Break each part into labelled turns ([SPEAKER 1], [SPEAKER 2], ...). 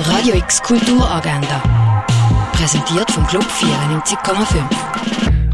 [SPEAKER 1] Radio X Kulturagenda. Präsentiert vom Club 94,5.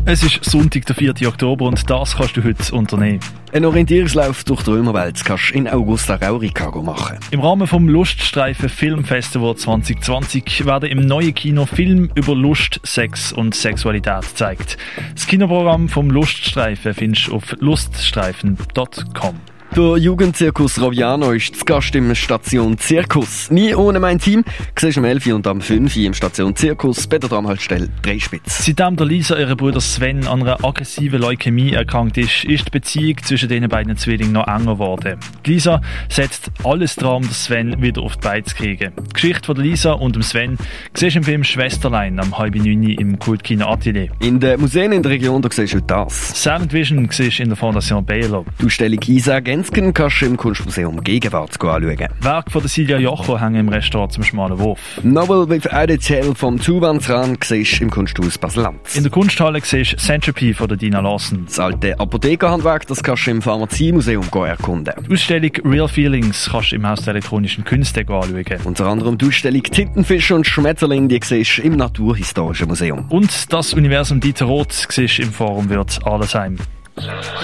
[SPEAKER 2] Es ist Sonntag, der 4. Oktober und das kannst du heute unternehmen.
[SPEAKER 3] Ein Orientierungslauf durch die Römerwelt kannst du in Augusta Raurica machen.
[SPEAKER 2] Im Rahmen vom Luststreifen Filmfestival 2020 werden im neuen Kino Film über Lust, Sex und Sexualität gezeigt. Das Kinoprogramm vom Luststreifen findest du auf luststreifen.com.
[SPEAKER 3] Der Jugendzirkus Roviano ist zu Gast im Station Zirkus. Nie ohne mein Team. Siehst am 11 und am 5 im Station Zirkus halt bei der Tramhaltestelle Dreispitz.
[SPEAKER 2] Seitdem der Lisa, ihre Bruder Sven, an einer aggressiven Leukämie erkrankt ist, ist die Beziehung zwischen den beiden Zwillingen noch enger geworden. Die Lisa setzt alles daran, um Sven wieder auf die Beine zu kriegen. Die Geschichte von der Lisa und dem Sven siehst im Film Schwesterlein am halb neun im Kultkino Atelier.
[SPEAKER 3] In den Museen in der Region da siehst du das.
[SPEAKER 2] Sound Vision siehst in der Fondation Baylor.
[SPEAKER 3] Du Stellung Isa Gensken kannst du im Kunstmuseum Gegenwart anschauen.
[SPEAKER 2] Werk von der Silja Jocho hängen im Restaurant zum Schmalen Wurf.
[SPEAKER 3] Novel with Edithel vom Zuwandsran siehst du im Kunsthaus Basel-Land.
[SPEAKER 2] In der Kunsthalle siehst du Centropy von der Dina Lawson.
[SPEAKER 3] Das alte Apothekerhandwerk das kannst du im Pharmaziemuseum erkunden.
[SPEAKER 2] Die Ausstellung Real Feelings kannst du im Haus der elektronischen Künste anschauen.
[SPEAKER 3] Unter anderem die Ausstellung Tintenfisch und Schmetterling die siehst du im Naturhistorischen Museum.
[SPEAKER 2] Und das Universum Dieter Roth siehst du im Forum Wirt Allesheim.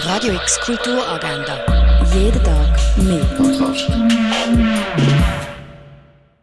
[SPEAKER 1] Radio X Kulturagenda. Jeden Tag mehr.